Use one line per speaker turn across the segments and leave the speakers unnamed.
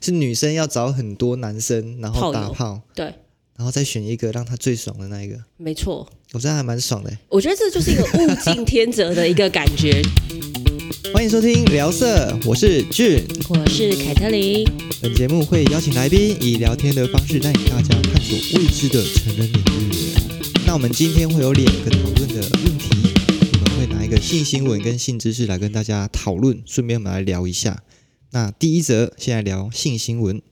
是女生要找很多男生，然后
炮
打
友
炮，
对，
然后再选一个让他最爽的那一个。
没错，
我觉得还蛮爽的欸。
我觉得这就是一个物竞天择的一个感觉。
欢迎收听聊色，我是俊。
我是凯特琳，
本节目会邀请来宾以聊天的方式带领大家探索未知的成人领域。那我们今天会有两个讨论的问题，我们会拿一个性新闻跟性知识来跟大家讨论，顺便我们来聊一下。那第一则，先来聊性新闻。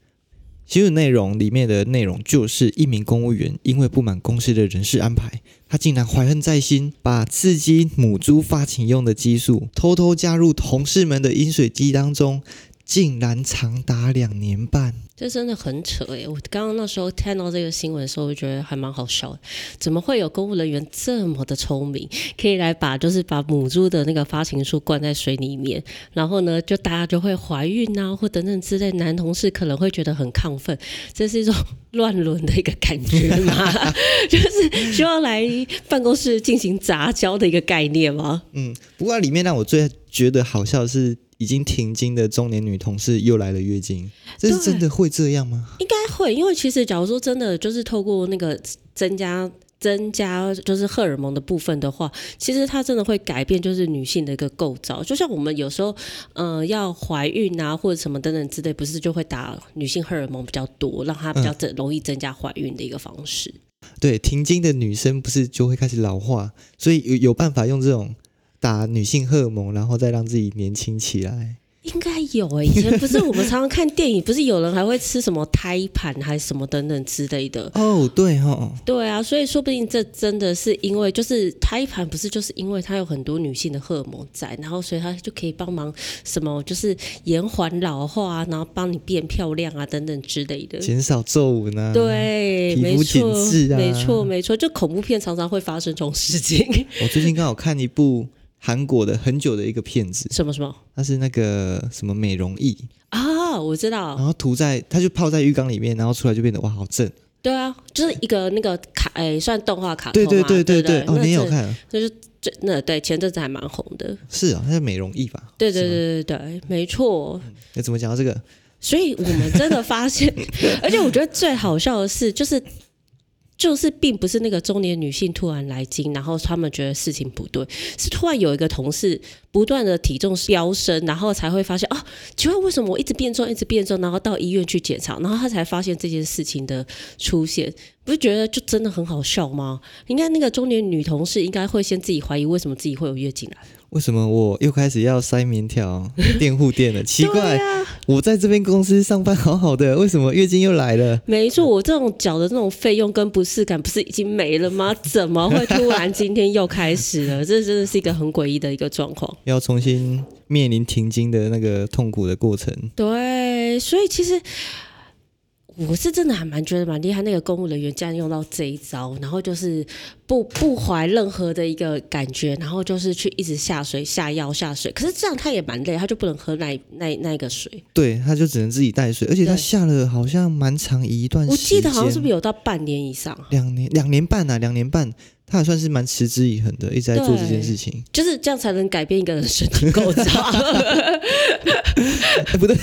新闻内容里面的内容就是一名公务员因为不满公司的人事安排，他竟然怀恨在心，把刺激母猪发情用的激素偷偷加入同事们的饮水机当中，竟然长达两年半。
这真的很扯诶、我刚刚那时候看到这个新闻的时候，我觉得还蛮好笑的。怎么会有公务人员这么的聪明，可以来把就是把母猪的那个发情素灌在水里面，然后呢，就大家就会怀孕啊，或等等之类。男同事可能会觉得很亢奋，这是一种乱伦的一个感觉嘛？就是需要来办公室进行杂交的一个概念吗？
嗯，不过里面让我最觉得好笑的是，已经停经的中年女同事又来了月经，这是
对
真的会这样吗？
应该会，因为其实假如说真的就是透过那个增加。增加就是荷尔蒙的部分的话，其实它真的会改变就是女性的一个构造。就像我们有时候，呃，要怀孕啊或者什么等等之类，不是就会打女性荷尔蒙比较多，让它比较增容易增加怀孕的一个方式。
对，停经的女生不是就会开始老化，所以有有办法用这种打女性荷尔蒙，然后再让自己年轻起来。
应该有诶、以前不是我们常常看电影，不是有人还会吃什么胎盘还是什么等等之类的。
哦，对哦，
对啊，所以说不定这真的是因为，就是胎盘不是就是因为它有很多女性的荷尔蒙在，然后所以它就可以帮忙什么，就是延缓老化啊，然后帮你变漂亮啊等等之类的。
减少皱纹啊。
对，
皮
没
肤
错，
紧致啊
没错，没错，就恐怖片常常会发生这种事 情。
我最近刚好看一部韩国的很久的一个片子，
什么什么
它是那个什么美容液，
啊？我知
然
道，
后涂在，它就泡在浴缸里面，然后出来就变得哇好正。
对啊，就是一个那个卡，哎、算动画卡通
对
嘛，
对对
对
对，
不
哦，你也有
那
看啊？
这就是这那对前阵子还蛮红的。
是啊，它是美容液吧？
对
是
对
吗。
对对对，没错。
那怎么讲到这个？
所以我们真的发现，而且我觉得最好笑的是，就是就是并不是那个中年女性突然来经，然后他们觉得事情不对，是突然有一个同事不断的体重飙升，然后才会发现啊，奇怪为什么我一直变重，一直变重，然后到医院去检查，然后他才发现这件事情的出现。不是觉得就真的很好笑吗？应该那个中年女同事应该会先自己怀疑为什么自己会有月经来，
为什么我又开始要塞棉条 垫护垫了？奇怪，
对啊
我在这边公司上班好好的， 为什么月经又来了？
没错，我这种缴的这种费用跟不适感，不是已经没了 吗？怎么会突然今天又开始 了？这真的是一个很诡异的一个状况。
要重新面临停经的那个痛苦的过程。
对，所以其实我是真的还蛮觉得蛮厉害，那个公务人员竟然用到这一招，然后就是不不怀任何的一个感觉，然后就是去一直下水下药下水，可是这样他也蛮累，他就不能喝那那那个水。
对，他就只能自己带水，而且他
对
下了好像蛮长一段时
我
间，
记得好像是不是有到半年以上啊？
两年两年半啊，两年半，他还算是蛮持之以恒的，一直在做这件事情。
就是这样才能改变一个人的身体 构造。
哎，不对，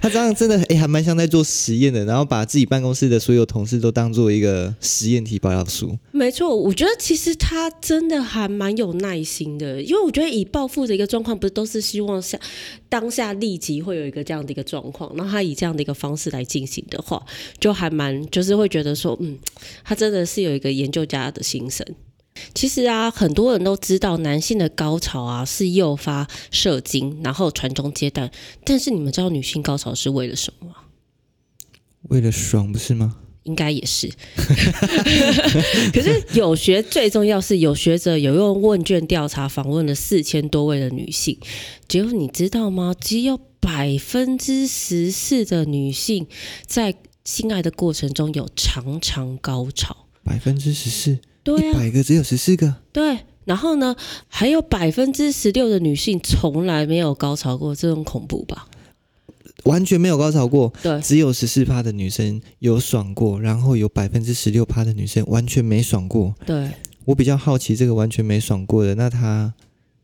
他这样真的哎、还蛮像在做实验的，然后把自己办公室的所有同事都当做一个实验体报告书。
没错，我觉得其实他真的还蛮有耐心的，因为我觉得以暴富的一个状况，不是都是希望下当下立即会有一个这样的一个状况，然后他以这样的一个方式来进行的话，就还蛮就是会觉得说，嗯，他真的是有一个研究家的精神。其实啊，很多人都知道男性的高潮啊是诱发射精，然后传宗接代，但是你们知道女性高潮是为了什么吗？
为了爽不是吗？
应该也是。 可是有学最重要是有学者有用问卷调查访问了四千多位的女性，结果你知道吗？只有百分之十四的女性在性爱的过程中有常常高潮。
百分之十四，
对
一
啊，
百个只有十四个，
对。然后呢，还有百分之十六的女性从来没有高潮过，这种恐怖吧？
完全没有高潮过。
对
只有十四趴的女生有爽过，然后有百分之十六趴的女生完全没爽过。
对，
我比较好奇，这个完全没爽过的，那她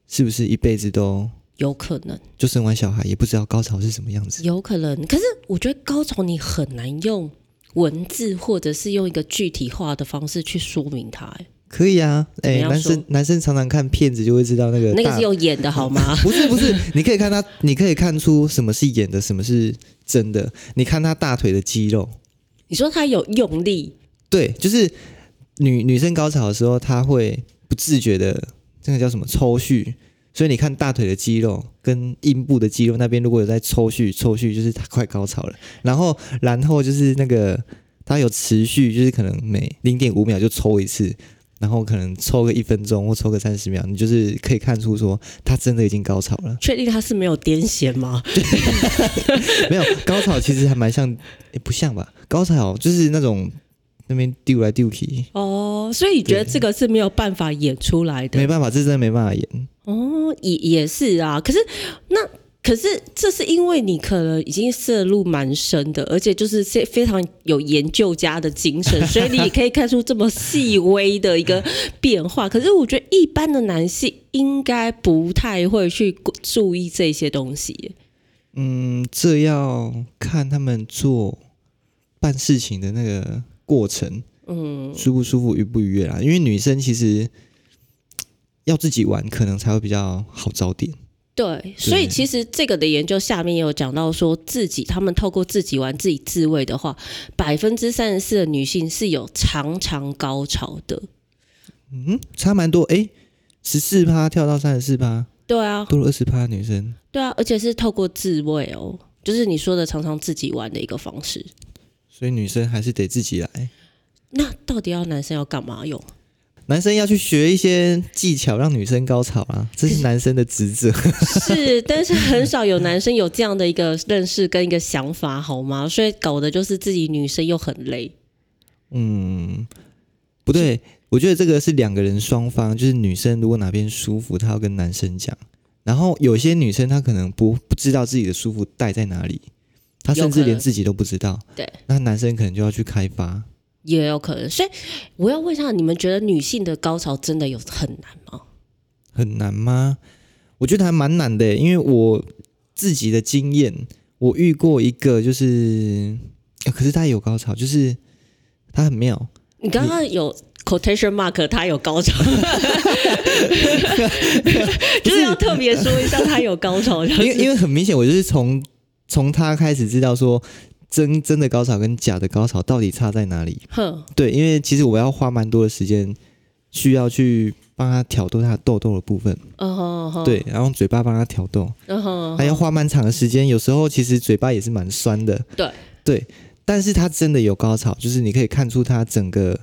是不是一辈子都
有可能，
就生完小孩也不知道高潮是什么样子。
有可能。可是我觉得高潮你很难用文字或者是用一个具体化的方式去说明它、欸
可以啊，
怎么
哎、
样
男
说
生男生常常看片子就会知道那个
那个
大
是用演的好吗？
不是不是，你可以看他，你可以看出什么是演的，什么是真的。你看他大腿的肌肉，
你说他有用力，
对，就是女女生高潮的时候，她会不自觉的，这个叫什么抽蓄。所以你看大腿的肌肉跟阴部的肌肉那边，如果有在抽蓄，抽蓄就是她快高潮了。然后然后就是那个她有持续，就是可能每零点五秒就抽一次。然后可能抽个一分钟或抽个三十秒，你就是可以看出说她真的已经高潮了。
确定他是没有癫痫吗？
没有高潮，其实还蛮像，诶不像吧？高潮就是那种那边丢来丢去，
哦，所以你觉得
对
这个是没有办法演出来的
没办法，这真的没办法演。
哦，也也是啊。可是那可是这是因为你可能已经涉入蛮深的，而且就是非非常有研究家的精神，所以你也可以看出这么细微的一个变化。 可是我觉得一般的男性应该不太会去注意这些东西。
嗯，这要看他们做办事情的那个过程，
嗯，
舒不舒服、愉不愉悦啦。因为女生其实要自己玩，可能才会比较好找点。
对，所以其实这个的研究下面也有讲到说，自己他们透过自己玩自己自慰的话，百分之三十四的女性是有常常高潮的。
嗯，差蛮多，诶十四趴跳到三十四趴，
对啊，
多了二十趴女生。
对啊，而且是透过自慰哦，就是你说的常常自己玩的一个方式。
所以女生还是得自己来，
那到底要男生要干 嘛用？
男生要去学一些技巧，让女生高潮啊，这是男生的职责。
是，但是很少有男生有这样的一个认识跟一个想法，好吗？所以搞的就是自己女生又很累。
嗯，不对，我觉得这个是两个人双方，就是女生如果哪边舒服，她要跟男生讲。然后有些女生她可能不不知道自己的舒服带在哪里，她甚至
有可
连
能
自己都不知道。
对，
那男生可能就要去开发。
也有可能，所以我要问一下，你们觉得女性的高潮真的有很难吗？
很难吗？我觉得还蛮难的耶，因为我自己的经验，我遇过一个就是，呃可是她也有高潮，就是她很妙，
你刚刚有 quotation mark，他 有高潮，就是要特别说一下他有高潮，因
因为因为很明显，我就是从从她开始知道说。真真的高潮跟假的高潮到底差在哪里？
哼，
对，因为其实我要花蛮多的时间，需要去帮她挑逗她的痘痘的部分，
嗯哼哼，
对，然后用嘴巴帮她挑逗，
嗯哼，
还要花蛮长的时间，有时候其实嘴巴也是蛮酸的，
对
对，但是他真的有高潮，就是你可以看出他整个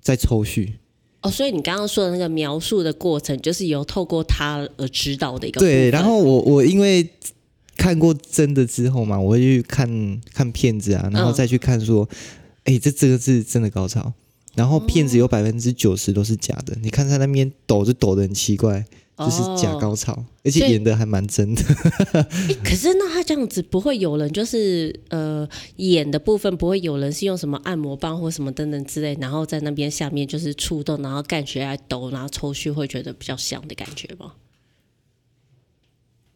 在抽蓄，
哦，所以你刚刚说的那个描述的过程，就是由透过他而知道的一个部分
对，然后我我因为看过真的之后嘛，我会去看看片子啊，然后
嗯哦
再去看说，哎、这这个是真的高潮。然后片子有百分之九十都是假的，你看他那边抖就抖的很奇怪，就是假
哦
高潮，而且
所以
演的还蛮真的。
诶可是那他这样子不会有人就是呃演的部分不会有人是用什么按摩棒或什么等等之类，然后在那边下面就是触动，然后干血来抖，然后抽蓄会觉得比较香的感觉吗？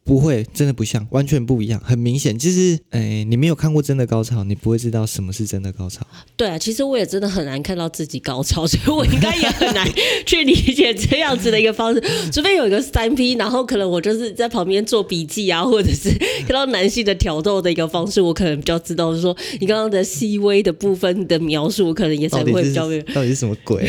不会，真的不像，完全不一样，很明显。就是，哎，你没有看过真的高潮，你不会知道什么是真的高潮。
对啊，其实我也真的很难看到自己高潮， 所以我应该也很难去理解这样子的一个 方式，除非有一个三 P，然后可能我就是在旁边做笔记啊，或者是看到男性的挑逗的一个方式，我可能比较知道说你刚刚的细微的部分你的描述，我可能也才
到底
会
是
比较。
到底是什么鬼？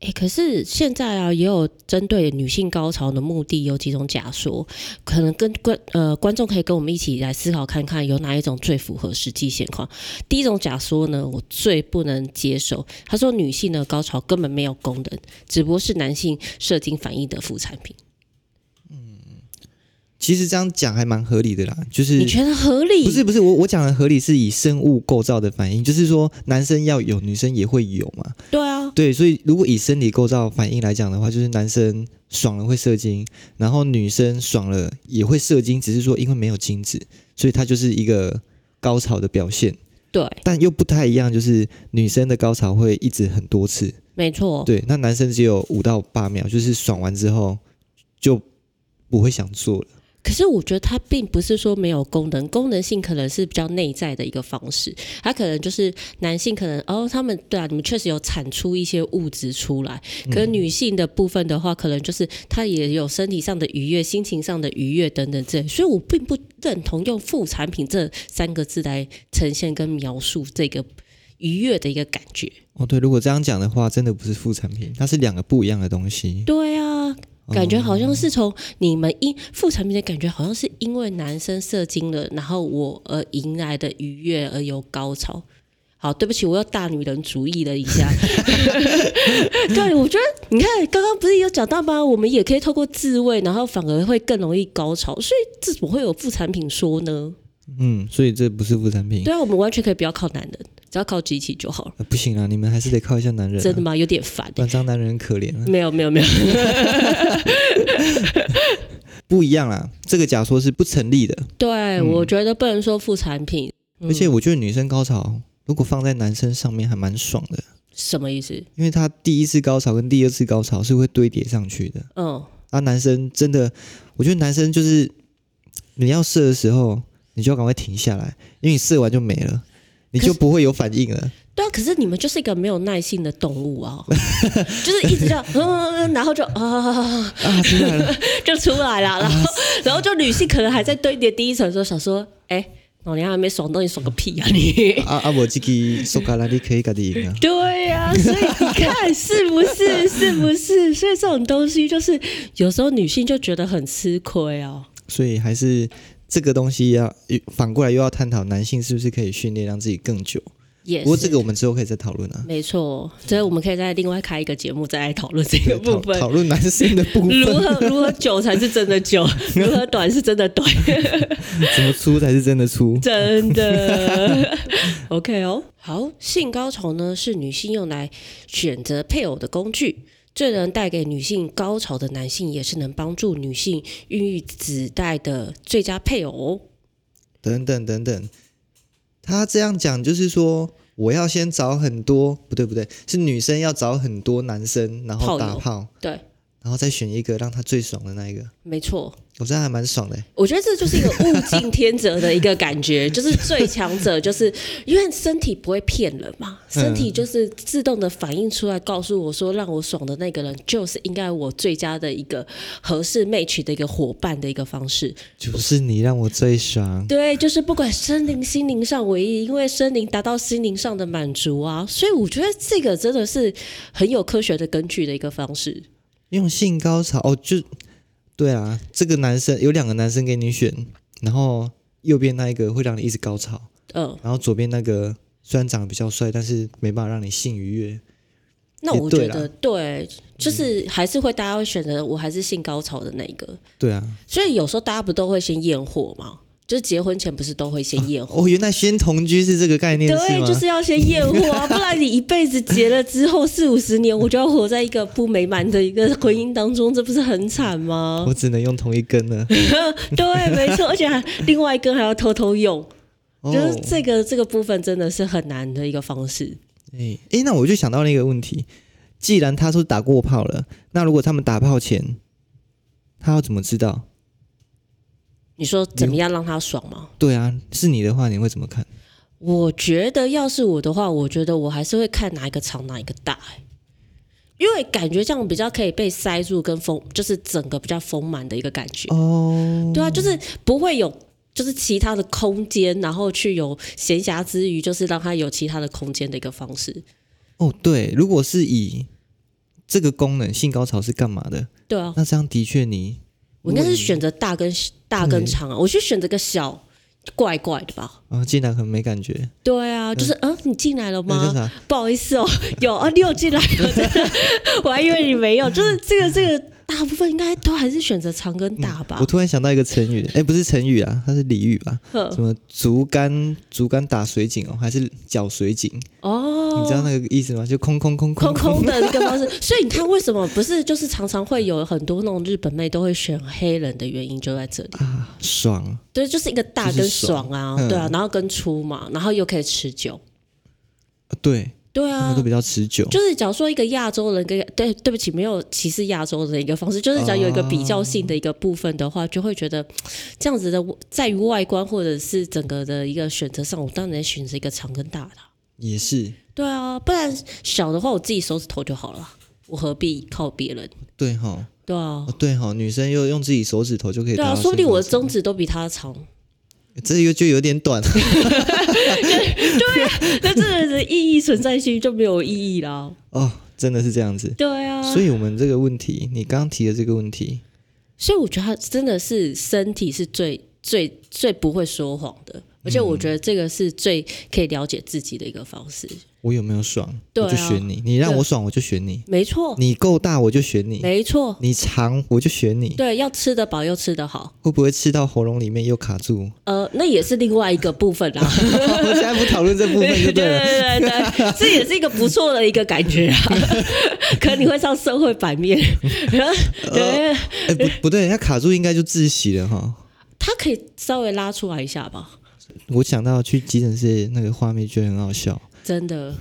哎、可是现在啊，也有针对女性高潮的目的有几种假说，可能跟观呃观众可以跟我们一起来思考看看，有哪一种最符合实际现况。第一种假说呢，我最不能接受，他说女性的高潮根本没有功能，只不过是男性射精反应的副产品。
其实这样讲还蛮合理的啦，就是
你觉得合理？
不是不是，我我讲的合理是以生物构造的反应，就是说男生要有，女生也会有嘛。
对啊，
对，所以如果以生理构造反应来讲的话，就是男生爽了会射精，然后女生爽了也会射精，只是说因为没有精子，所以它就是一个高潮的表现。
对，
但又不太一样，就是女生的高潮会一直很多次，哦
没错。
对，那男生只有五到八秒，就是爽完之后就不会想做了。
可是我觉得它并不是说没有功能，功能性可能是比较内在的一个方式，它可能就是男性可能哦，他们对啊，你们确实有产出一些物质出来，可是女性的部分的话，可能就是她也有身体上的愉悦、心情上的愉悦等等这，所以我并不认同用副产品这三个字来呈现跟描述这个愉悦的一个感觉。
哦，对，如果这样讲的话，真的不是副产品，它是两个不一样的东西。
对啊，感
嗯
觉好像是从你们因副产品的感觉，好像是因为男生射精了，然后我而迎来的愉悦而有高潮。好，对不起，我又大女人主义了一下。 对，我觉得你看，刚刚不是有讲到吗？我们也可以透过自慰，然后反而会更容易高潮，所以这怎么会有副产品说呢？
嗯，所以这不是副产品。
对啊，我们完全可以不要靠男人，只要靠机器就好了。
呃不行啊，你们还是得靠一下男人、啊。
真的吗？有点烦、欸
不然这样男人很可怜啊。
没有，没有，没有。
不一样啦，这个假说是不成立的。
对，我觉得不能说副产品。嗯
嗯而且我觉得女生高潮如果放在男生上面还蛮爽的，
什么意思？
因为他第一次高潮跟第二次高潮是会堆叠上去的。
嗯，
啊，男生真的，我觉得男生就是你要射的时候，你就要赶快停下来，因为你射完就没了。你就不会有反应了，
对啊，可是你们就是一个没有耐性的动物啊， 就是一直就嗯嗯，嗯，然后就啊
啊，出来了，
就出来
啊
了，然后然后就女性可能还在堆叠第一层的时候，想说，哎，老娘还没爽到你，爽个屁啊你！。
啊啊！我自己手卡拉你可以搞得赢啊
对呀、所以你看是不是？是不是？所以这种东西就是有时候女性就觉得很吃亏哦。
所以还是这个东西要反过来又要探讨男性是不是可以训练让自己更久。
也
不过这
是
个我们之后可以再讨论啊，
没错，所以我们可以再另外开一个节目再来讨论这个 部
讨
分。
讨论男性的部
如
分，
何如何久才是真的久，如何短是真的短，
怎么粗才是真的粗。
真的。OK 哦，好，性高潮呢是女性用来选择配偶的工具。最能带给女性高潮的男性，也是能帮助女性孕育子代的最佳配偶哦。
等等等等，他这样讲就是说，我要先找很多，不对不对，是女生要找很多男生，然后
炮
打
友
炮，
对，
然后再选一个让他最爽的那一个。
没错，
我这样还蛮爽的欸，
我觉得这就是一个物竞天择的一个 感觉，就是最强者，就是因为身体不会骗人嘛，
嗯
身体就是自动的反应出来，告诉我说让我爽的那个人就是应该我最佳的一个合适 match 的一个伙伴的一个方式。
就是你让我最爽。
对，就是不管身灵心灵上，唯一因为身灵达到心灵上的满足啊，所以我觉得这个真的是很有科学的根据的一个方式。
用性高潮哦，就对啊，这个男生有两个男生给你选，然后右边那一个会让你一直高潮，
嗯，
然后左边那个虽然长得比较帅，但是没办法让你性愉悦。
那
也
我
对
觉
啦
得对，就是还是会大家会选择我还是性高潮的那一个。
对啊，
所以有时候大家不都会先验货吗？就是结婚前不是都会先 验货？
哦，原来先同居是这个概念是
对，
吗？
就是要先验 货啊，不然你一辈子结了之后四五十年，我就要活在一个不美满的一个婚姻当中，这不是很惨吗？
我只能用同一根了。
对，没错，而且还另外一根还要偷偷用，
哦，
就是这个这个部分真的是很难的一个方式。
哎哎，那我就想到了一个问题：既然他说打过炮了，那如果他们打炮前，他要怎么知道？
你说怎么样让他爽吗？
对啊，是你的话，你会怎么看？
我觉得要是我的话，我觉得我还是会看哪一个长哪一个大、欸因为感觉这样比较可以被塞住跟丰，就是整个比较丰满的一个感觉。
哦，
对啊，就是不会有就是其他的空间，然后去有闲暇之余，就是让它有其他的空间的一个方式。
哦，对，如果是以这个功能性高潮是干嘛的，
对啊，
那这样的确你
我应该是选择大跟大跟长啊，我去选择个小，怪怪的吧。
啊竟然很没感觉，
对啊，就是嗯、啊你进来了
那
吗
叫？啥？
不好意思哦， 有啊，你有进来了， 真的，我还以为你没有。就是这个这个，大部分应该都还是选择长跟大吧
嗯我。突然想到一个成 语，哎，不是成语啊，它是俚语吧？什
呵
么竹竿竹竿打水井哦，还是搅水井？你知道
哦，
那个意思吗？就空空空
空
空
空的那个方式，所以你看为什么不是就是常常会有很多那种日本妹都会选黑人的原因就在这里，
啊，爽！
对，就是一个大
就
跟
是爽
爽啊，
嗯
对啊，然后跟粗嘛，然后又可以持久，
啊对，
对
他们
啊
都，比较持久。
就是假如说一个亚洲人跟对对不起，没有歧视亚洲人的一个方式，就是讲有一个比较性的一个部分的话，就会觉得这样子的在于外观或者是整个的一个选择上，我当然选择一个长跟大的啊。
也是，
对啊，不然小的话我自己手指头就好了，我何必靠别人？
对哈，
对啊
哦，对哈，女生又用自己手指头就可以
对
达
啊，
到
说不定
身高
我的中指都比他长，
这个就有点短，
那这个的意义存在性就没有意义啦。
哦，真的是这样子。
对啊，
所以我们这个问题，你刚刚提的这个问题，
所以我觉得他真的是身体是最最最不会说谎的，而且我觉得这个是最可以了解自己的一个方式。
我有没有爽，
对啊
我就选你；你让
对
我爽，我就选你；
没错，
你够大，我就选你；
没错，
你长，我就选你。
对，要吃得饱又吃得好，
会不会吃到喉咙里面又卡 住？
呃，那也是另外一个部分啦。
我现在不讨论这部分
对
就
对
对了。
对对，这也是一个不错的一个感觉啊。 可能你会上社会版面，对，
哎，不不对，它卡住应该就窒息了哈。
他可以稍微拉出来一下吧。
我想到去急诊室那个画面，觉得很好笑。
真的，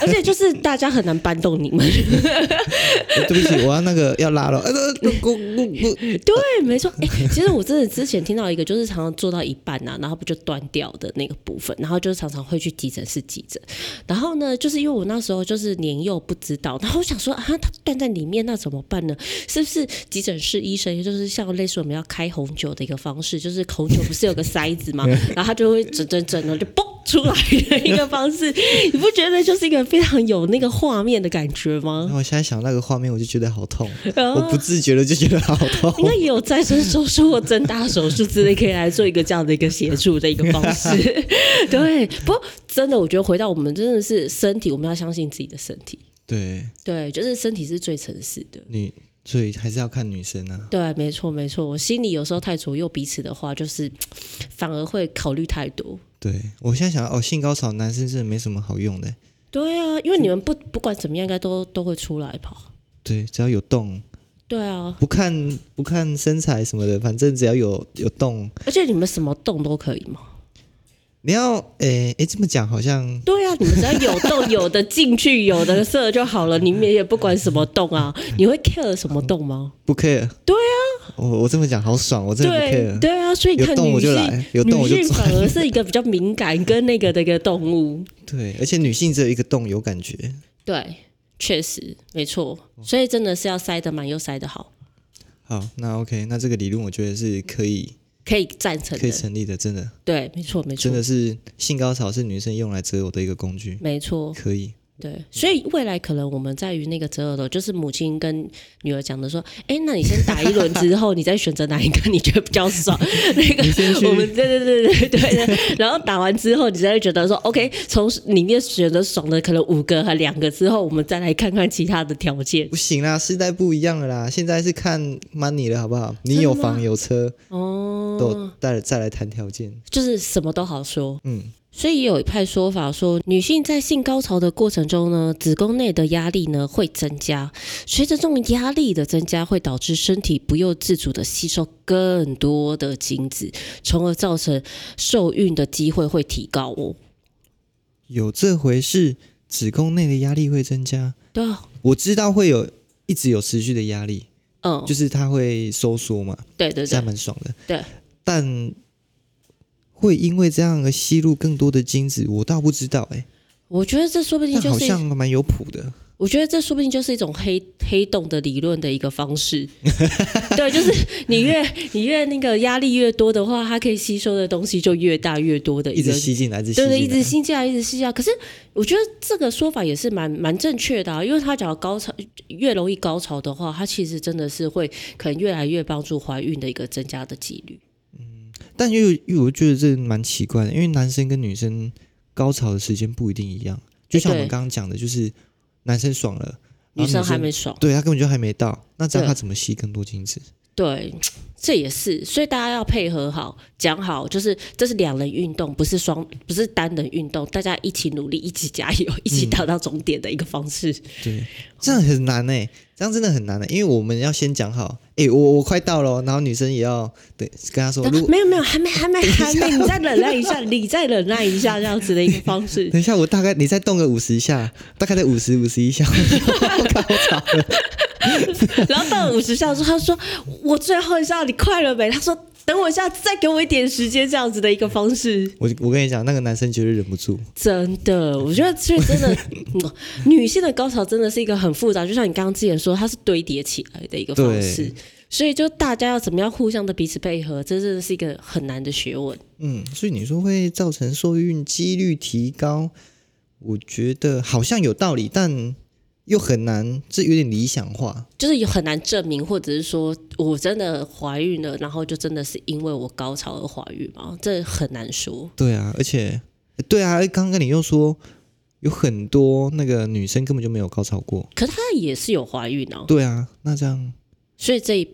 而且就是大家很难搬动你们，
哎对不 起，我要那个要拉了，呃呃咕咕咕
对，没错。哎、其实我真的之前听到一个，就是常常做到一半呐、然后不就断掉的那个部分，然后就是常常会去急诊室急诊。然后呢，就是因为我那时候就是年幼不知道，然后我想说啊，它断在里面，那怎么办呢？是不是急诊室医生就是像类似我们要开红酒的一个方式，就是红酒不是有个塞子嘛，然后它就会整整整的就嘣出来的一个方式，你不觉得就是一个非常有那个画面的感觉
然
吗？
后我现在想那个画面，我就觉得好痛，
然后
我不自觉的就觉得好
应
痛。
该也有再生手术或增大手术之类，可以来做一个这样的一个协助的一个方式。对，不过真的，我觉得回到我们真的是身体，我们要相信自己的身体。
对，
对，就是身体是最诚实的。
女，所以还是要看女生啊。
对，没错没错。我心里有时候太左右彼此的话，就是反而会考虑太多。
对我现在想，哦，性高潮男生真的没什么好用的。
对啊，因为你们不不管怎么样，应该都都会出来吧？
对，只要有动，
对啊，
不看不看身材什么的，反正只要有有动，
而且你们什么动都可以嘛。
你要诶诶这么讲好像
对啊，你们只要有动，有的进去，有的射就好了。你们也不管什么动 啊，你会 care 什么动吗？
不 care。
对
啊，我我这么讲好爽，我真的不 care。
对啊，所以你看
有动
女
我就
性
来有动我就
女性
做
反而是一个比较敏感跟那个的一个动 物。
对，而且女性只有一个动有感觉，
对，确实没错，所以真的是要塞得满又塞得好，
好，那 OK，那这个理论我觉得是可以
可以赞成
可以
的。
成立的，真的
对，没错，没错
真，的是性高潮是女生用来择偶的一个工具，
没错。
可以。
对，所以未来可能我们在于那个择偶的，就是母亲跟女儿讲的说，哎，那你先打一轮之后，你再选择哪一个你觉得比较爽， 那个我们对对对对对对， 然后打完之后，你才会觉得说，OK，从里面选择爽的可能五个和两个之后，我们再来看看其他的条件
不行啦，时代不一样了啦，现在是看 money 了，好不好？你有房有车，
哦，
都再再来谈条件。
就是什么都好说。
嗯，
所以也有一派说法说，女性在性高潮的过程中呢，子宫内的压力呢会增加，随着这种压力的增加，会导致身体不由自主的吸收更多的精子，从而造成受孕的机会会提高哦。
有这回事，子宫内的压力会增加。
对啊，
我知道会有一直有持续的压力，
嗯，
就是它会收缩嘛，
对对
这
对
样，蛮爽的。
对，
但会因为这样而吸入更多的精子，我倒不知道哎、
我觉得这说不定
但
就
好
是一，
像蛮有谱的。
我觉得这说不定就是一种黑黑洞的理论的一个方式。 对，就是你越你越那个压力越多的话，它可以吸收的东西就越大越多的
一
一
直
个
吸进来，一直吸
对
进来，
对，一直吸进来，一直吸进来。可是我觉得这个说法也是蛮蛮正确的、啊，因为他讲到高潮越容易高潮的话，它其实真的是会可能越来越帮助怀孕的一个增加的几率。
但又又我觉得这蛮奇怪的，因为男生跟女生高潮的时间不一定一样。就像我们
对
刚刚讲的，就是男生爽了，然后
女生还没爽，
对他根本就还没到，那这样
对
他怎么吸更多精子？
对，这也是，所以大家要配合好，讲好，就是这是两人运动，不是双，不是单人运动，大家一起努力，一起加油，一起达到终点的一个方式。
嗯欸对，这样很难哎、这样真的很难的、因为我们要先讲好，哎、我我快到了哦，然后女生也要对跟他说，如果
没有没有，还没还没还没，你再忍耐一下，你再忍耐一下，这样子的一个方式。
等一下我大概你再动个五十下，大概在五十五十一下， 我就高潮了。
然后到了五十下的时候，他说：“我最后一下，你快乐没？”他说：“等我一下，再给我一点时间。”这样子的一个方式，
我我跟你讲，那个男生绝对忍不住，
真的，我觉得所以真的，嗯女性的高潮真的是一个很复杂，就像你刚刚之前说，它是堆叠起来的一个方式
对。
所以就大家要怎么样互相的彼此配合，这真的是一个很难的学问。
嗯，所以你说会造成受孕几率提高，我觉得好像有道理，但又很难，这有点理想化。
就是也很难证明，或者是说我真的怀孕了，然后就真的是因为我高潮而怀孕嘛？这很难说。
对啊，而且对啊，刚刚你又说有很多那个女生根本就没有高潮过。
可她也是有怀孕哦，
对啊，那这样
所以这一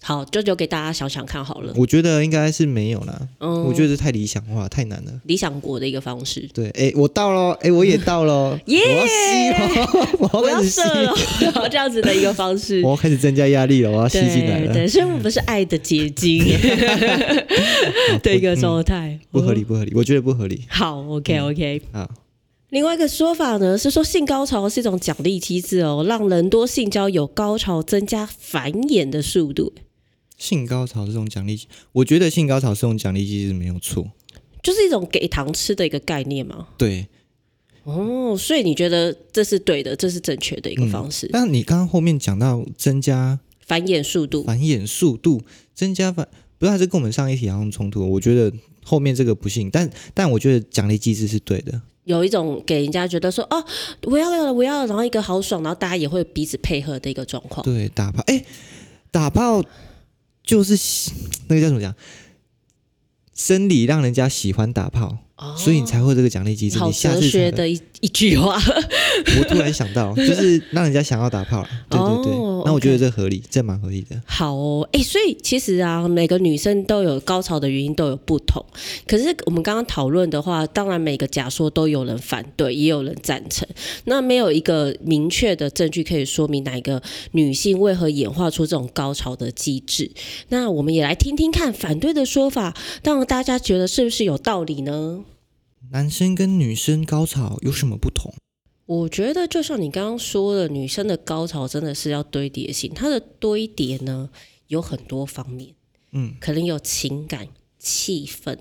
好就留给大家想想看好了。
我觉得应该是没有啦。
嗯，
我觉得这太理想化，太难了。
理想国的一个方式。
对，哎、我到了，哎、我也到了，
耶
我要吸了， 我
我
要
要
开始吸
射， 了，然后这样子的一个方式
我。要开始增加压力了，我要吸进来
对
了，
对，所以我们是爱的结晶 的一个状态，嗯
不合理，。不合理，我觉得不合理
好，OK OK。
啊。
另外一个说法呢是说，性高潮是一种奖励机制哦，让人多性交有高潮，增加繁衍的速度。
性高潮这种奖励，我觉得性高潮这种奖励机制没有错。
就是一种给糖吃的一个概念嘛。
对，
哦，所以你觉得这是对的，这是正确的一
嗯
个方式，
但你刚刚后面讲到增加
繁衍速度。
繁衍速度，增加繁，不是还是跟我们上一题好像冲突？我觉得后面这个不信，但但我觉得奖励机制是对的。
有一种给人家觉得说哦，我要了，我要了，然后一个豪爽，然后大家也会彼此配合的一个状况。
对，打炮，哎、打炮就是喜 那个叫什么讲？生理让人家喜欢打炮，
哦
所以你才会有这个奖励机制。
好
你下
哲
次才
学的一 一句话，
我突然想 到，就是让人家想要打炮啦。对对对，
哦
那我觉得
OK
这合理，这蛮合理的。
好哦，哎、所以其实啊，每个女生都有高潮的原因都有不同。可是我们刚刚讨论的话，当然每个假说都有人反对，也有人赞成。那没有一个明确的证据可以说明哪一个女性为何演化出这种高潮的机制。那我们也来听听看反对的说法，让大家觉得是不是有道理呢？
男生跟女生高潮有什么不同？
我觉得就像你刚刚说的，女生的高潮真的是要堆叠性，它的堆叠呢有很多方面。
嗯，
可能有情感、气氛、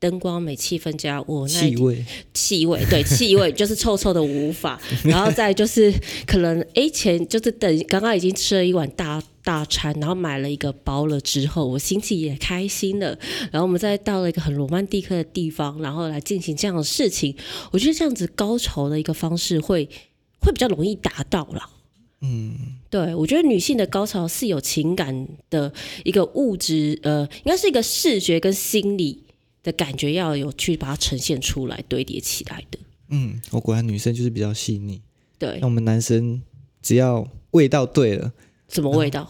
灯光美、气氛加我那一
气味，
气味，对气味就是臭臭的无法，然后再就是可能哎前就是等刚刚已经吃了一碗大大餐，然后买了一个包了之后，我心情也开心了，然后我们再到了一个很罗曼蒂克的地方，然后来进行这样的事情，我觉得这样子高潮的一个方式会会比较容易达到啦。
嗯，
对，我觉得女性的高潮是有情感的一个物质，呃，应该是一个视觉跟心理的感觉要有去把它呈现出来、堆叠起来的。
嗯，我果然女生就是比较细腻，
对
那，我们男生只要味道对了。
什么味道？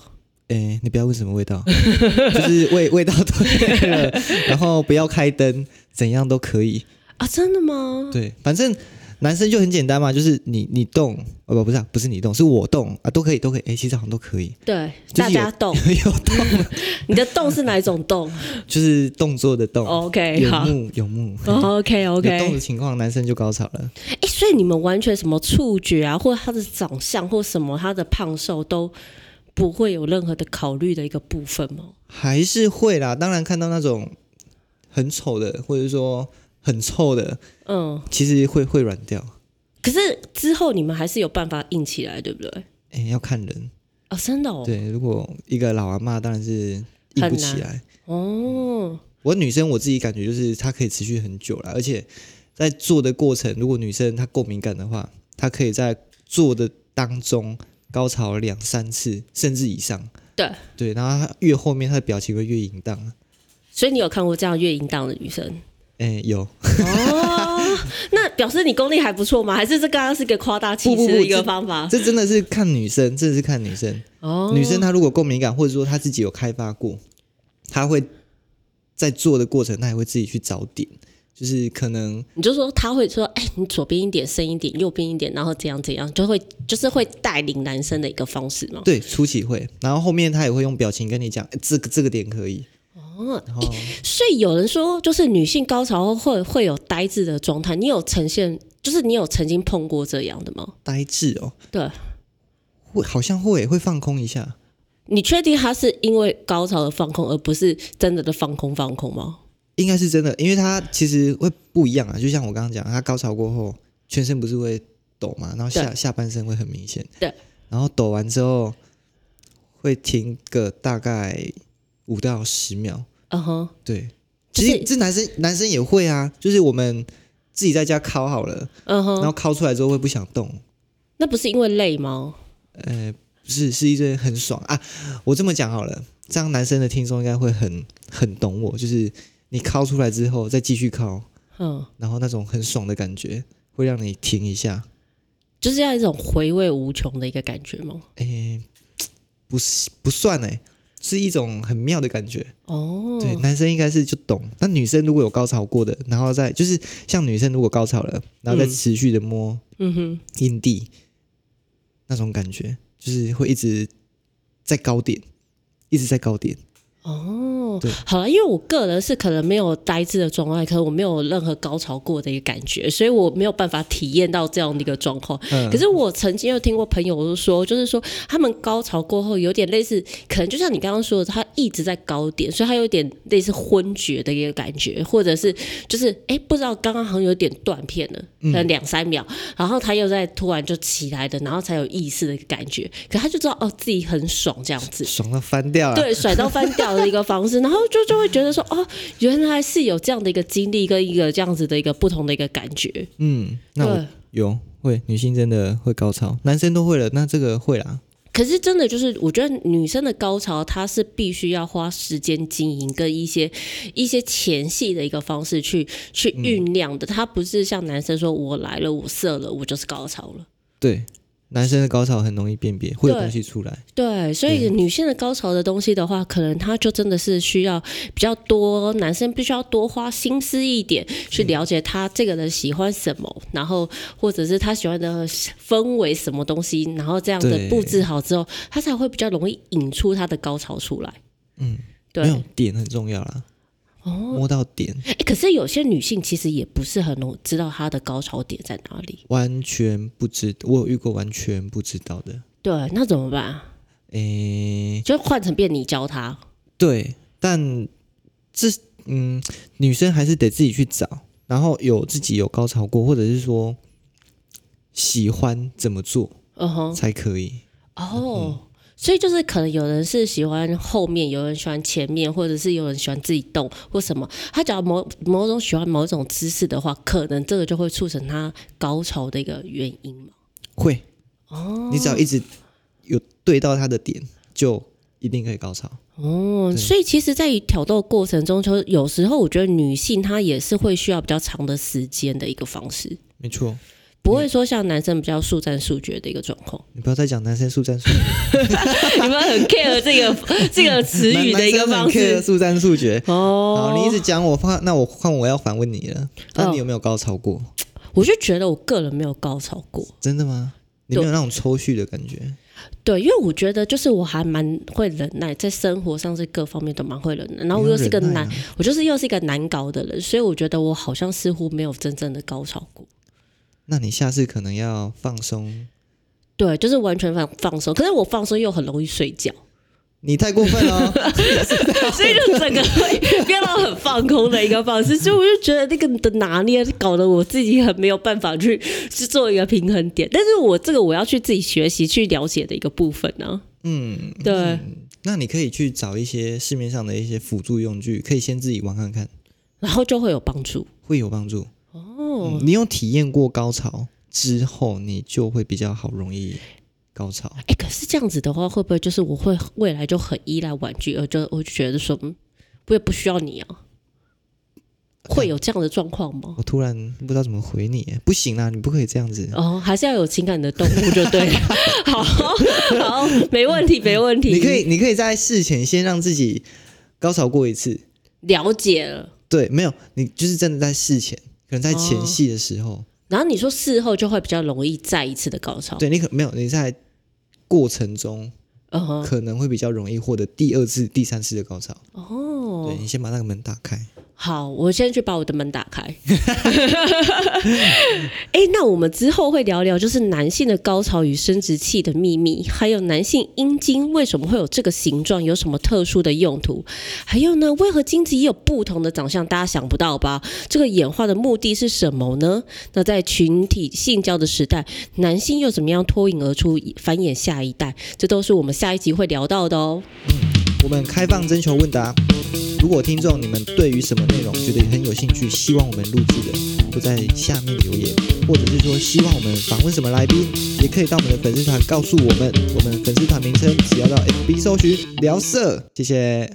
哎、你不要问什么味道， 就是味味道对了，然后不要开灯，怎样都可以。
啊，真的吗？
对，反正男生就很简单嘛，就是你你动，哦不不是、啊、不是你动，是我动啊，都可以都可以。哎、其实好像都可以，
对，
就是
大
有
家动，
有动
你的动是哪一种 动
就是动作的动。
哦？OK，
哦有
好
木有木
，OK
有动
OK
的。情况，男生就高潮了。
哎，所以你们完全什么触觉啊，或者他的长相，或什么他的胖瘦都不会有任何的考虑的一个部分吗？
还是会啦，当然看到那种很丑的，或者说很臭的，
嗯，
其实会会软掉。
可是之后你们还是有办法硬起来，对不对？
哎、要看人。
哦，真的哦，
对，如果一个老阿嬷，当然是硬不起
很
来。
哦，
我女生我自己感觉就是她可以持续很久啦，而且在做的过程，如果女生她够敏感的话，她可以在做的当中高潮两三次甚至以上。
对
对，然后她越后面她的表情会越淫荡。
所以你有看过这样越淫荡的女生
哎，有
啊哦？那表示你功力还不错吗？还是这刚刚是一个夸大其
不
词
不不
的一个
这
方法？
这真的是看女生，真的是看女生。
哦，
女生她如果够敏感，或者说她自己有开发过，她会在做的过程，她也会自己去找点，就是可能
你就说他会说，哎、你左边一点，深一点，右边一点，然后怎样怎样，就会就是会带领男生的一个方式嘛。
对初期会，然后后面他也会用表情跟你讲，诶哎这个这个点可以，
哦，
然后
所以有人说，就是女性高潮会会有呆滞的状态，你有呈现，就是你有曾经碰过这样的吗？
呆滞哦，
对，
会好像会会放空一下，
你确定他是因为高潮的放空，而不是真的的放空放空吗？
应该是真的，因为他其实会不一样啊，就像我刚刚讲，他高潮过后全身不是会抖嘛，然后下
对
下半身会很明显，
对，
然后抖完之后会停个大概五到十秒，
嗯哼，
对，
就
其
是
实这男生男生也会啊，就是我们自己在家敲好了，
嗯
然后
哼，
敲出来之后会不想动，
那不是因为累吗？
呃，不是是一阵很爽啊。我这么讲好了，这样男生的听众应该会很很懂我，就是你敲出来之后再继续敲，
嗯，
然后那种很爽的感觉会让你停一下，
就是要一种回味无穷的一个感觉吗？
诶，不是不算哎、是一种很妙的感觉。
哦，
对，男生应该是就懂。那女生如果有高潮过的，然后再就是像女生如果高潮了，然后再
嗯
持续的摸
嗯哼，
阴蒂，那种感觉就是会一直在高点，一直在高点。
哦
对，
好了，因为我个人是可能没有呆滞的状态，可能我没有任何高潮过的一个感觉，所以我没有办法体验到这样的一个状况。
嗯
可是我曾经有听过朋友说，就是说他们高潮过后有点类似，可能就像你刚刚说的，他一直在高点，所以他有点类似昏厥的一个感觉，或者是就是哎不知道刚刚好像有点断片了，
嗯
可能两三秒，然后他又在突然就起来的，然后才有意识的一个感觉，可他就知道哦自己很爽这样子。
爽到翻掉了。， 啊
对，甩到翻掉的一个方式，然后就就会觉得说，哦，原来是有这样的一个经历跟一个这样子的一个不同的一个感觉。
嗯，那
对
我，有会，女性真的会高潮，男生都会了，那这个会啦。
可是真的就是，我觉得女生的高潮，她是必须要花时间经营跟一些一些前戏的一个方式去去
嗯
酝酿的，她不是像男生说我来了，我射了，我就是高潮了。
对，男生的高潮很容易辨别，会有
对
东西出来。
对，所以女性的高潮的东西的话，可能她就真的是需要比较多，男生必须要多花心思一点去了解他这个人喜欢什么，然后或者是他喜欢的氛围什么东西，然后这样的
对
布置好之后，他才会比较容易引出他的高潮出来。
嗯，
对哦
没，有点很重要啦。摸到点，
哎、可是有些女性其实也不是很容知道她的高潮点在哪里。
完全不知，我有遇过完全不知道的。
对，那怎么办？
诶，
就换成变你教她。
对，但这嗯，女生还是得自己去找，然后有自己有高潮过，或者是说喜欢怎么做
嗯哼，
才可以。
哦。所以就是可能有人是喜欢后面，有人喜欢前面，或者是有人喜欢自己动或什么。他只要某某种喜欢某种姿势的话，可能这个就会促成他高潮的一个原因嘛。
会哦，你只要一直有对到她的点，就一定可以高潮。
哦，所以其实，在挑逗过程中，就有时候我觉得女性她也是会需要比较长的时间的一个方式，
没错，
不会说像男生比较速战速决的一个状况。
你不要再讲男生速战速
你们很 care 这个这个词
决，
语的一个方
男生很 care
式
速战速决。
哦嗯
好，你一直讲我换，那我换我要反问你了。那你有没有高潮过？
我就觉得我个人没有高潮过。
真的吗？你没有那种抽蓄的感觉？
对，因为我觉得就是我还蛮会忍耐，在生活上是各方面都蛮会忍耐，然后我又是个
你要忍
难，
耐啊
我就是又是一个难搞的人，所以我觉得我好像似乎没有真正的高潮过。
那你下次可能要放松。
对，就是完全放放松，可是我放松又很容易睡觉，
你太过分了哦、
所以就整个会变到很放空的一个方式，所以我就觉得那个的拿捏搞得我自己很没有办法去去做一个平衡点，但是我这个我要去自己学习去了解的一个部分呢、
嗯，
对。
那你可以去找一些市面上的一些辅助用具，可以先自己玩看看，
然后就会有帮助。
会有帮助。哦、你有体验过高潮之后，你就会比较好容易高潮。
哎、可是这样子的话，会不会就是我会未来就很依赖玩具，而就我就觉得说，嗯我也不需要你啊？会有这样的状况吗？
我突然不知道怎么回你，不行啊啦，你不可以这样子。
哦，还是要有情感的动物就对了。 好好，没问题，没问题。
你可以，你可以在事前先让自己高潮过一次，
了解了，
对，没有，你就是真的在事前，可能在前戏的时候，
然后你说事后就会比较容易再一次的高潮，
对你可没有，你在过程中
嗯哼，
可能会比较容易获得第二次、第三次的高潮。
哦
对，你先把那个门打开。
好，我先去把我的门打开。 哎、那我们之后会聊聊，就是男性的高潮与生殖器的秘密，还有男性阴茎为什么会有这个形状，有什么特殊的用途？还有呢，为何精子也有不同的长相？大家想不到吧？这个演化的目的是什么呢？那在群体性交的时代，男性又怎么样脱颖而出，繁衍下一代？这都是我们下一集会聊到的哦。
我们开放征求问答，如果听众你们对于什么内容觉得很有兴趣，希望我们录制的，都在下面留言，或者是说希望我们访问什么来宾，也可以到我们的粉丝团告诉我们。我们粉丝团名称只要到 FB 搜寻聊色，谢谢。